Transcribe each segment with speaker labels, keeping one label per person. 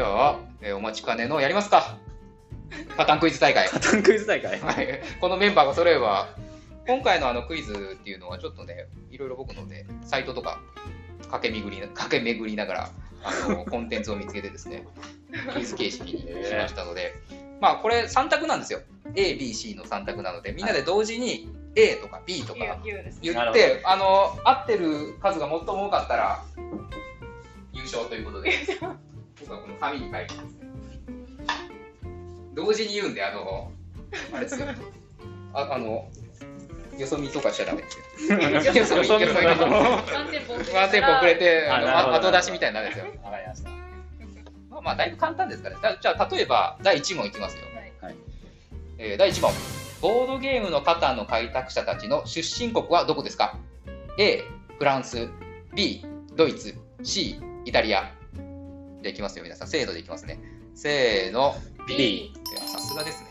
Speaker 1: は、えーお待ちかねのやりますか。パターンクイズ大会。
Speaker 2: パターンクイズ大会
Speaker 1: はい、このメンバーが揃えば、今回のあのクイズっていうのは、ちょっとね、いろいろ僕のね、サイトとか駆け巡り、駆け巡りながら、あのコンテンツを見つけてですね、クイズ形式にしましたので、まあ、これ3択なんですよ。A、B、C の3択なので、みんなで同時に A とか B とか
Speaker 3: 言うですね。
Speaker 1: 言
Speaker 2: なる
Speaker 1: っ
Speaker 2: ほ
Speaker 1: て、あの、合ってる数が最も多かったら、優勝ということで、僕はこの紙に書いてますね。同時に言うんで、あの、あれですよ。ああの、よそ見とかしちゃダメですよ。よそ見、よそ見。ワ
Speaker 3: ワンテンポ遅れたら
Speaker 1: ンテンポ遅れて、
Speaker 2: あ
Speaker 1: あの
Speaker 2: なるほど
Speaker 1: 後出しみたいになるんですよ。
Speaker 2: わかりました
Speaker 1: まあ、まあ、だいぶ簡単ですからね。だじゃあ、例えば、第1問いきますよ。
Speaker 3: はい
Speaker 1: えー第1問ボードゲームのカタンの開拓者たちの出身国はどこですか A フランス B ドイツ C イタリアでいきますよ皆さんせーのでいきますねせーの
Speaker 2: B
Speaker 1: いやさすがです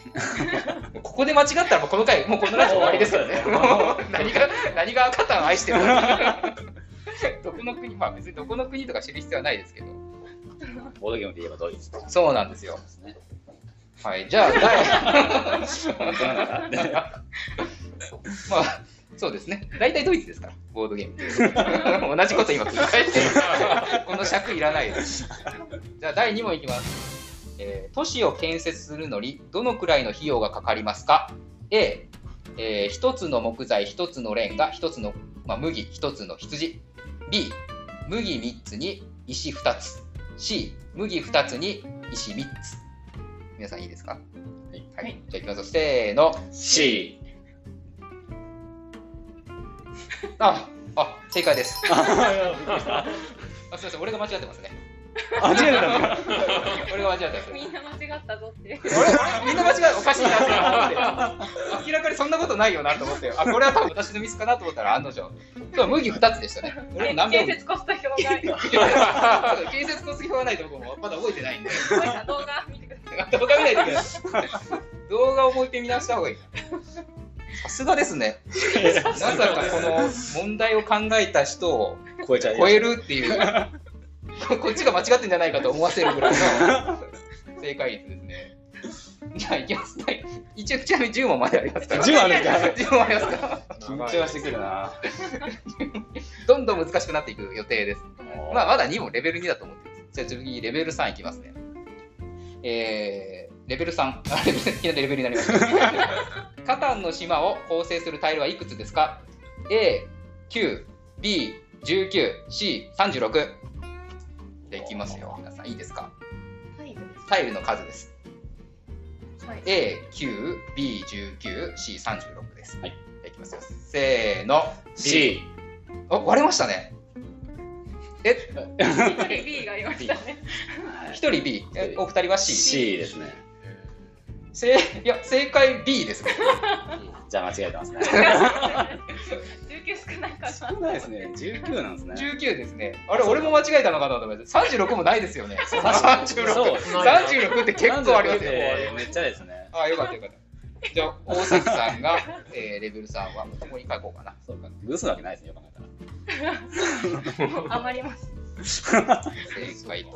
Speaker 1: ね ここで間違ったらもうこの回もうこのラジオ終わりです よね
Speaker 2: そう
Speaker 1: も
Speaker 2: だ
Speaker 1: う
Speaker 2: ね
Speaker 1: 何が何がカタン愛してるんだどこの国まあ別にどこの国とか知る必要はないですけど
Speaker 2: ボードゲームで言えばドイツで
Speaker 1: そうなんですよ
Speaker 2: すね
Speaker 1: はいじゃあ第
Speaker 2: 本当なのかな
Speaker 1: まあ、そうですね。大体ドイツですから、ボードゲーム って。同じこと今繰り返してる。この尺いらないです。じゃあ、第2問いきます。えー都市を建設するのに、どのくらいの費用がかかりますか ?A、えー、1つの木材、1つのレンガ、1つの、まあ、麦、1つの羊。B、麦3つに石2つ。C、麦2つに石3つ。皆さんいいですか
Speaker 2: い
Speaker 1: はい。じゃあ、いきますよ。せーの。
Speaker 2: C
Speaker 1: あ、あ、正解です。
Speaker 2: あ
Speaker 1: あ、すみません、俺が間違ってますね。
Speaker 2: 間違えたのか
Speaker 1: 俺が間違ってます。
Speaker 3: みんな間違ったぞって。
Speaker 1: 俺、俺みんな間違え、おかしいなって思って。明らかにそんなことないよなと思って、あ、これは多分私のミスかなと思ったら、案の定。そう、麦二つでしたね。俺も何秒
Speaker 3: 建
Speaker 1: も。
Speaker 3: 設コスト表 が覚
Speaker 1: 建設コス表はないとこも、まだ覚えてないんで。
Speaker 3: えた動画見てください。
Speaker 1: 動画見ないといけない。動画をもう一遍見直した方がいい。さすがですね。まさかこの問題を考えた人を。
Speaker 2: 超えちゃいま
Speaker 1: 超
Speaker 2: し
Speaker 1: えるって いうこっちが間違ってんじゃないかと思わせるぐらいの正解率ですねじゃあいきますね一応ちなみに10問までありますか
Speaker 2: た
Speaker 1: ら
Speaker 2: 10あるんだ
Speaker 1: 10問ありますから
Speaker 2: 緊張してくるな
Speaker 1: どんどん難しくなっていく予定ですまあ、
Speaker 2: あ
Speaker 1: まだ2もレベル2だと思ってます。じゃあ次、レベル3いきますね。えー、レベル3、あレベルいきなりレベルになりま した。カタンの島を構成するタイルはいくつですか ?A、9、B、19、C、36。じゃあいきますよ、皆さん。いいですか
Speaker 3: タイム
Speaker 1: タイルの数です。
Speaker 3: です。はい。
Speaker 1: A、9、B、19、C、36です。
Speaker 2: はい
Speaker 1: じゃあいきますよ。せーの。
Speaker 2: C
Speaker 1: お、割れましたね。え、
Speaker 3: 一人 B がいましたね。
Speaker 1: 1人 B、えお二人は C。
Speaker 2: C ですね
Speaker 1: 正いや正解 B ですね。
Speaker 2: じゃあ間違えてますね
Speaker 3: 19少ないかな。
Speaker 2: 少ないですね19なんですね
Speaker 1: 19ですね。あれ俺も間違えたのかなと思って。36もないですよね。
Speaker 2: そう
Speaker 1: 36。36って結構ありますよ。
Speaker 2: めっちゃですね
Speaker 1: あよかったよかった。じゃあ大関さんが、えーレベル3はここに書こうかな。
Speaker 2: そうか偶数なわけないですねよく考えたら
Speaker 3: 余ります。
Speaker 1: 正解と。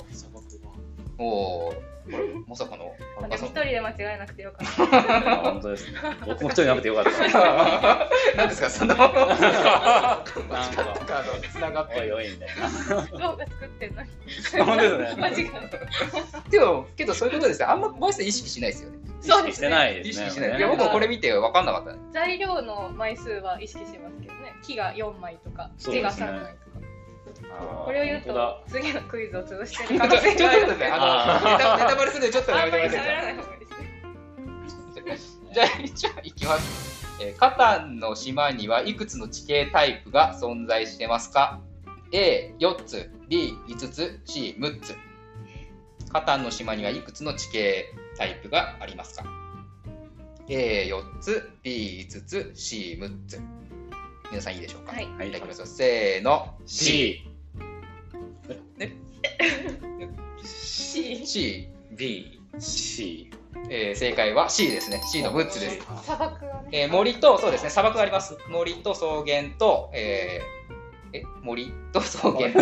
Speaker 1: おおー。これまさかの。
Speaker 3: でも一人で間違えなくてよかった。
Speaker 2: あ 本当ですね。僕も一人なくてよかった。
Speaker 1: 何ですかその。間
Speaker 2: なんか、
Speaker 1: つながっ
Speaker 2: おい
Speaker 1: て。
Speaker 2: おいみたいな。
Speaker 3: 動画作ってん のに。
Speaker 2: 本当ですね
Speaker 3: 間違えた。
Speaker 1: でもけどそういうことですね。あんまボイス意識しないですよね。
Speaker 3: そう
Speaker 2: 意識
Speaker 3: で
Speaker 2: し
Speaker 3: す
Speaker 2: て
Speaker 3: ね。
Speaker 2: ないで
Speaker 1: 意
Speaker 2: すね。
Speaker 1: 識しない。いや僕もこれ見て分かんなかった。
Speaker 3: 材料の枚数は意識しますけどね。木が4枚とか、
Speaker 2: そう
Speaker 3: 字
Speaker 2: で
Speaker 3: が
Speaker 2: すね
Speaker 3: 3枚とか。
Speaker 2: あー
Speaker 3: これを言う
Speaker 2: 本当だ
Speaker 3: と、次のクイズを潰して
Speaker 1: ちょっ
Speaker 3: る可
Speaker 1: と待
Speaker 3: 能性
Speaker 1: って
Speaker 3: がある。
Speaker 1: ね、あ
Speaker 2: あ
Speaker 1: のネタネタバレするのでちょっとや
Speaker 3: あ
Speaker 1: め
Speaker 3: ん
Speaker 1: て
Speaker 3: ま
Speaker 1: もらってく
Speaker 3: り喋
Speaker 1: ださい
Speaker 3: らない方がいいですね。
Speaker 1: じゃあ一応いきます、えーカタンの島にはいくつの地形タイプが存在してますか A4 つ B5 つ C6 つカタンの島にはいくつの地形タイプがありますか A4 つ B5 つ C6 つ皆さんいいでしょうか、
Speaker 3: はい
Speaker 1: じゃ
Speaker 2: は
Speaker 1: あい
Speaker 2: い
Speaker 1: ただきますよせーの
Speaker 2: C、
Speaker 3: C。
Speaker 1: C、
Speaker 2: B、C。
Speaker 1: えー正解は C ですね C の6つです
Speaker 3: 砂漠はね。
Speaker 1: えー森とそうですね砂漠があります森と草原と、えーえ森と草原と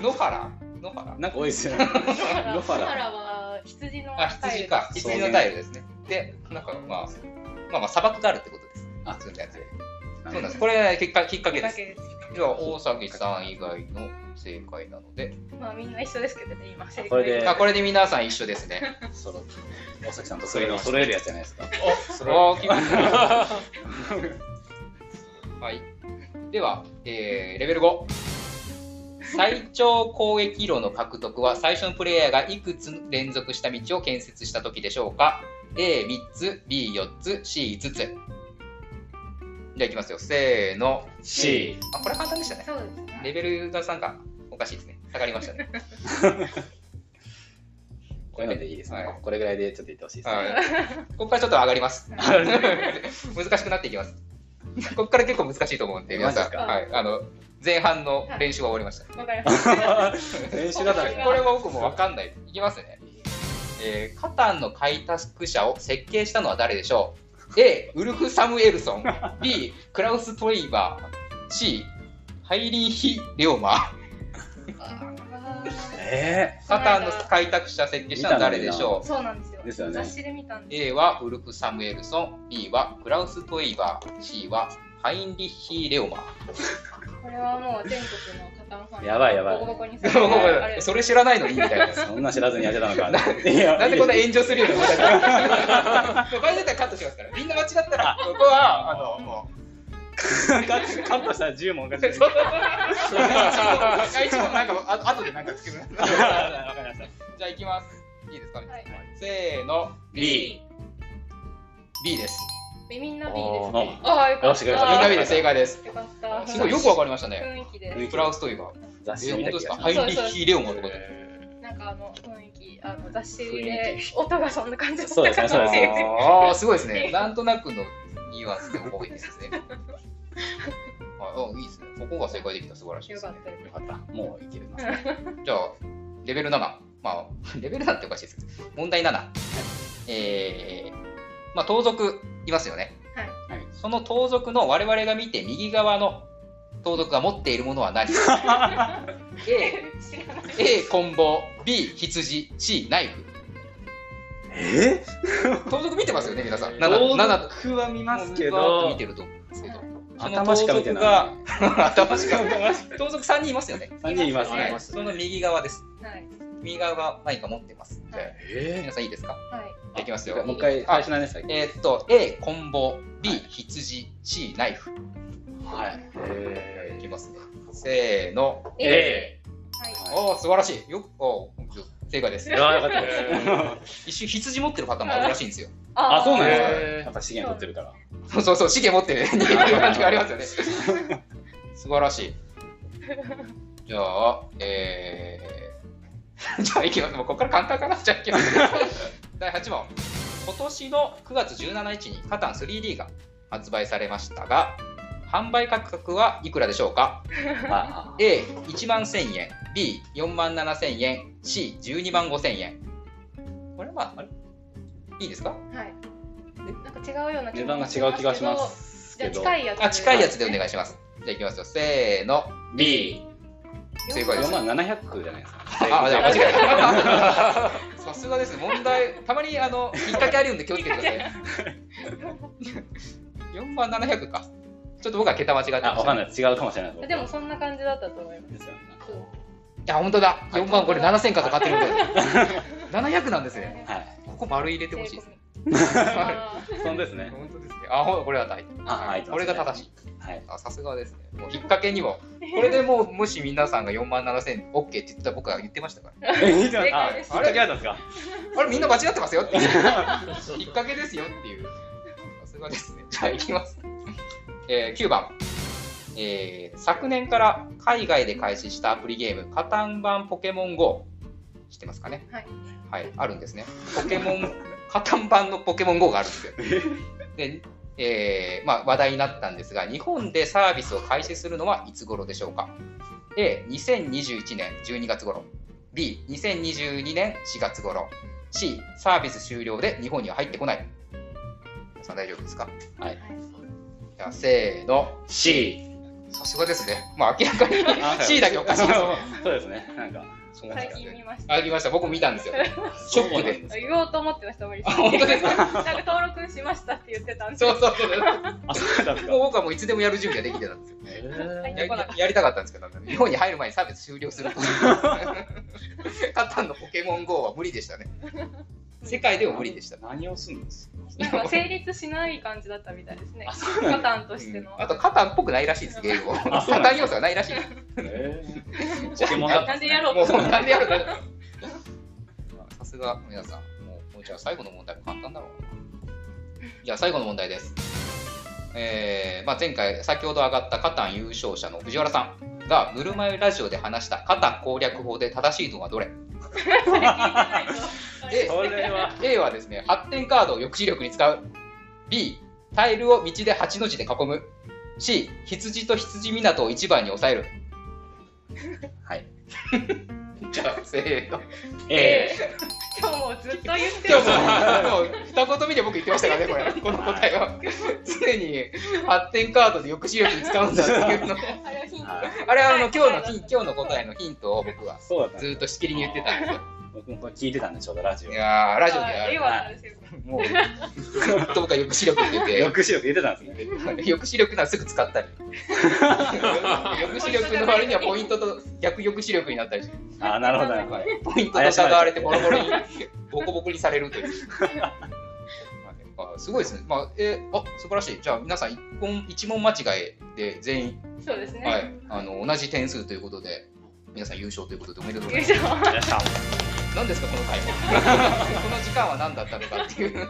Speaker 1: 野原野原
Speaker 2: なんか多いですよ ね。
Speaker 3: 野原
Speaker 2: 野原
Speaker 3: 野原は羊の
Speaker 1: あ
Speaker 3: タイ
Speaker 1: 羊
Speaker 3: ル
Speaker 1: か
Speaker 2: そうね
Speaker 1: 羊のタイルですねでなんかまあまあまあ砂漠があるってことです
Speaker 2: あ
Speaker 1: 羊のやつで
Speaker 2: そ
Speaker 1: そうなんですこれきっかきっかけ
Speaker 3: だ
Speaker 1: で
Speaker 3: け
Speaker 1: す
Speaker 3: です。
Speaker 1: では大崎さん以外の正解なので
Speaker 3: まあみんな一緒ですけどね、今正解
Speaker 2: これで
Speaker 1: あこれで皆さん一緒ですね
Speaker 2: その大崎さんとそういうのを揃えるやつじゃないですか。
Speaker 1: それは はい。では、えーレベル5。最長攻撃路の獲得は最初のプレイヤーがいくつ連続した道を建設した時でしょうか ?A3 つ、B4 つ、C5 つ。じゃあいきますよ。せーの。
Speaker 2: C。
Speaker 1: あ、これ簡単でしたね。
Speaker 3: そうです
Speaker 1: レベ
Speaker 3: ね。
Speaker 1: ルが3か。おかしいですね。下がりましたね。
Speaker 2: こういうのでいいですね。
Speaker 1: はい
Speaker 2: これぐらいでちょっと言ってほしいですね。
Speaker 1: はい。ここからちょっと上がります。難しくなっていきます。ここから結構難しいと思うんで、皆さ
Speaker 2: マ
Speaker 1: ん、
Speaker 2: ジ
Speaker 3: か
Speaker 1: はい、あの前半の練習が終わりました。
Speaker 3: わかりました。
Speaker 2: 練習だったんです
Speaker 1: これも僕もわかんない。いきますね。えーカタンの開拓者を設計したのは誰でしょう ?A、ウルフ・サムエルソン。B、クラウス・トレイバー。C、ハイリーヒ・レオマー。
Speaker 2: え
Speaker 1: カタンの開拓者設計したのは誰でしょう
Speaker 3: そうなんですよ。
Speaker 2: ですよね
Speaker 3: 雑誌で見たんです。
Speaker 1: A はウルフ・サムエルソン、B はクラウス・トイバー、C はハインリッヒ・レオマ
Speaker 3: これはもう全国のカタンファン。
Speaker 2: やばいやばい
Speaker 3: ボコボコにされるあれ
Speaker 1: ー。それ知らないのにみたいな。
Speaker 2: ー、そんな知らずにやってたのか。
Speaker 1: なんでこんな
Speaker 2: 演
Speaker 1: 炎上するようになったの場合によってはカットしますから、みんな間違ったら、ここは、あの、もう。
Speaker 2: 技カットしたら10問が出てく
Speaker 1: そ
Speaker 2: る。
Speaker 1: う一問なんか、あ後でなんかつけ る。じゃ
Speaker 2: わかりました。
Speaker 1: あ、行きます。いいですかね。
Speaker 3: はい
Speaker 1: せーの、
Speaker 2: B。
Speaker 1: B です。
Speaker 3: みんな B です
Speaker 2: あ
Speaker 3: ね。ああ、よかった。
Speaker 2: よろしくお
Speaker 1: みんな
Speaker 2: 願
Speaker 1: B
Speaker 2: いし
Speaker 1: で正解です。
Speaker 3: す。よかった。
Speaker 1: すごいよくわかりましたね。
Speaker 3: 雰囲気
Speaker 2: 雰囲
Speaker 3: で。
Speaker 1: クラウスといえば。
Speaker 2: 雑誌
Speaker 1: え、
Speaker 2: 見
Speaker 1: 本
Speaker 2: た
Speaker 1: 当です
Speaker 2: 気がし
Speaker 1: か。
Speaker 2: ます
Speaker 1: ハインリッヒ・レオマとかで。
Speaker 3: なんかあの雰囲気、あの雑誌
Speaker 2: 雰
Speaker 3: で
Speaker 2: 囲気
Speaker 3: 音がそんな感じだった
Speaker 2: そうですねそうですね
Speaker 1: ああ、すごいですね。なんとなくのニュアンスで覚えてですね。あ、いいですね。ここが正解できた、素晴らしいで
Speaker 3: よ
Speaker 1: す
Speaker 3: かっ
Speaker 1: ね。
Speaker 3: たです。
Speaker 2: よかった。もういけるな。
Speaker 1: じゃあ、レベル7。まあ、 レベル7っておかしいですけど、問題7。えー、まあ、盗賊いますよね。
Speaker 3: はい。
Speaker 1: その盗賊の我々が見て右側の盗賊が持っているものは 何 A,
Speaker 3: 知らない
Speaker 1: ?A、棍棒、B、羊、C、ナイフ。
Speaker 2: え
Speaker 1: 盗賊見てますよね、皆さん。
Speaker 2: 盗
Speaker 1: 7、7、
Speaker 2: 賊は見ますけ
Speaker 1: ずっと
Speaker 2: ど
Speaker 1: 見て、ると思うんですけど。
Speaker 2: 頭しか見てない。
Speaker 1: 頭しか見てない。盗賊3人いますよね。
Speaker 2: 3人います
Speaker 1: は
Speaker 2: ね
Speaker 1: い。その右側です。
Speaker 3: はい。
Speaker 1: 右側が何か持ってます。じゃあ
Speaker 2: え
Speaker 1: 皆さんいいですか
Speaker 3: はい。
Speaker 1: いきますよ。
Speaker 2: もう一回、最初何でしたっけ
Speaker 1: えーっと、A、棍棒、B、羊、C、ナイフ。
Speaker 2: はい。
Speaker 1: いきますね。せーの。
Speaker 2: A。
Speaker 3: はい。
Speaker 1: おー、素晴らしい。よく、おー正解です
Speaker 2: い。や、よかったです。
Speaker 1: 一瞬羊持ってるパターンもあるらしいんですよ。
Speaker 2: あ、そうなん
Speaker 3: で
Speaker 2: ですすか。
Speaker 3: か
Speaker 1: へー
Speaker 2: やっぱ資源取ってるから。
Speaker 1: そうそうそう、資源持ってる人間っていう感じがありますよね。素晴らしい。じゃあ、えー、 じゃあいきます。もうここから簡単かな。じゃあいきます。第8問。今年の9月17日にカタン 3D が発売されましたが、販売価格はいくらでしょうか
Speaker 2: ま
Speaker 1: ?A1 万1000円、B4 万7000円、C12 万5000円。これは、あれいいですか
Speaker 3: はい。なんか違うような
Speaker 2: あ、値段が違う気がします
Speaker 3: じゃ
Speaker 2: け
Speaker 3: あ
Speaker 2: ど。
Speaker 3: 近いやつ。
Speaker 1: あ、近いやつでお願いします。じゃあいきますよ。せーの。
Speaker 2: B。
Speaker 1: 正解で
Speaker 2: 4
Speaker 1: す
Speaker 2: 万700じゃないですか。
Speaker 1: あ、じゃあ間違えた。 さすがです。問題、たまにあの引っ掛けあるんで気をつけてください。4番700か。ちょっと僕は桁間違ってました。
Speaker 2: あ、わかんない。違うかもしれないです。
Speaker 3: でもそんな感じだったと思います。
Speaker 2: ですよね。
Speaker 1: いや、本当だ。4番これ7000かと買ってるんで。700なんですね。
Speaker 2: はい。
Speaker 1: ここ丸入れてほしい です。
Speaker 3: あ
Speaker 2: そうですね。
Speaker 1: 本当ですね。あ、ほら、これは大
Speaker 2: あ入ってます
Speaker 1: こ
Speaker 2: ね
Speaker 1: れが正しい。
Speaker 2: はい。
Speaker 1: あ、さすがですね。もう引っ掛けにも。これでもう、もし皆さんが4万7000、OK って言ったら僕は言ってましたから。
Speaker 2: 正
Speaker 3: 解
Speaker 2: あ、
Speaker 3: です
Speaker 2: 引っ掛けあったんですか。
Speaker 1: あれみんな間違ってますよっていう引っ掛けですよっていうさすがですねじゃあいきます、えー9番、えー昨年から海外で開始したアプリゲーム「カタン版ポケモン GO」知ってますかね
Speaker 3: はい、
Speaker 1: はいあるんですねポケモン カタン版のポケモン GO があるんですよで、えーまあ、話題になったんですが日本でサービスを開始するのはいつ頃でしょうか A2021 年12月頃 B2022 年4月頃 C、サービス終了で日本には入ってこない。皆さん大丈夫ですか
Speaker 2: はい。
Speaker 1: じゃあ、せーの。
Speaker 2: C。
Speaker 1: さすがですね。まあ明らかに C だけおかしいですね。
Speaker 2: そうですね。なんか、そんな
Speaker 3: 最近見ました。
Speaker 1: ありました。僕見たんです よ。ショックで。
Speaker 3: 言おうと思ってました、森
Speaker 1: あ
Speaker 3: さん。
Speaker 1: 本当ですか。
Speaker 3: なんか登録しましたって言ってたんで。
Speaker 1: そうそうそう。
Speaker 2: あ、そうなんですか
Speaker 1: もう。僕はもういつでもやる準備ができてたん ですよ。
Speaker 3: 入って
Speaker 1: や
Speaker 3: こなかっ
Speaker 1: ややりたかったんですけど、日本に入る前に差別終了するという カタンのポケモン GO は無理でしたね。
Speaker 3: た。
Speaker 1: 世界でも無理でしたね。
Speaker 2: 何をするんです
Speaker 3: なんか成立しない感じだったみたいですね
Speaker 2: あ、。そうな
Speaker 3: パ
Speaker 2: ん
Speaker 3: タ
Speaker 2: だ。
Speaker 3: ーンとしての。
Speaker 1: うんあと、カタンっぽくないらしいです、ゲームを。
Speaker 2: あそうな
Speaker 1: カタ
Speaker 2: んですか
Speaker 1: ン要素はないらしいです。
Speaker 2: へ ーポケモンだった。
Speaker 3: なんでやろう
Speaker 1: もう
Speaker 3: と思っ
Speaker 1: なんでやるんだろうさすが皆さん、もうもうじゃあ最後の問題も簡単だろうな。じゃあ最後の問題です。えーまあ、前回、先ほど上がったカタン優勝者の藤原さんが、ぬるま湯ラジオで話したカタン攻略法で正しいのはどれ
Speaker 3: てないと
Speaker 1: え
Speaker 2: それは。
Speaker 1: A はですね、発展カードを抑止力に使う。B、タイルを道で8の字で囲む。C、羊と羊港を一番に抑える。
Speaker 2: はい。
Speaker 1: じゃあ、せーの。
Speaker 2: え
Speaker 3: 今日もずっと言ってる
Speaker 1: 今。日も、もう二言目で僕言ってましたからね、これ。この答えは。常に発展カードで抑止力に使うんだっていうの。
Speaker 3: あれはヒン
Speaker 2: ー
Speaker 3: ト
Speaker 2: はい。
Speaker 1: あれはあの、今日のヒン、今日の答えのヒントを僕は
Speaker 2: そうだったんです
Speaker 1: ずーっとしきりに言ってたんですよ。
Speaker 2: 僕もこれ聞いてたんで、ちょうどラジオ。
Speaker 1: い
Speaker 2: 抑
Speaker 1: やー、ラジオで
Speaker 3: あ
Speaker 1: や
Speaker 3: 絵
Speaker 1: る。
Speaker 3: はあるんですよ
Speaker 1: もう、ずっと僕は抑止力って言って。
Speaker 2: 止力言ってたんですね。
Speaker 1: 抑止力ならすぐ使ったり抑止力の割にはポイントと逆抑止力になったりして
Speaker 2: あー、なるほどなるほ
Speaker 1: はいポイントと疑われてボロボロにボコボコにされるというまあすごいですね、まあえーあ素晴らしいじゃあ皆さん一問一問間違いで全員、
Speaker 3: そうですね。
Speaker 1: はい、あの同じ点数ということで皆さん優勝ということでおめでとうござい
Speaker 3: よ
Speaker 1: ま
Speaker 3: いし
Speaker 1: す
Speaker 3: ょ。
Speaker 2: ど。よっしゃ
Speaker 1: 何ですかこの会話この時間は何だったのかっていう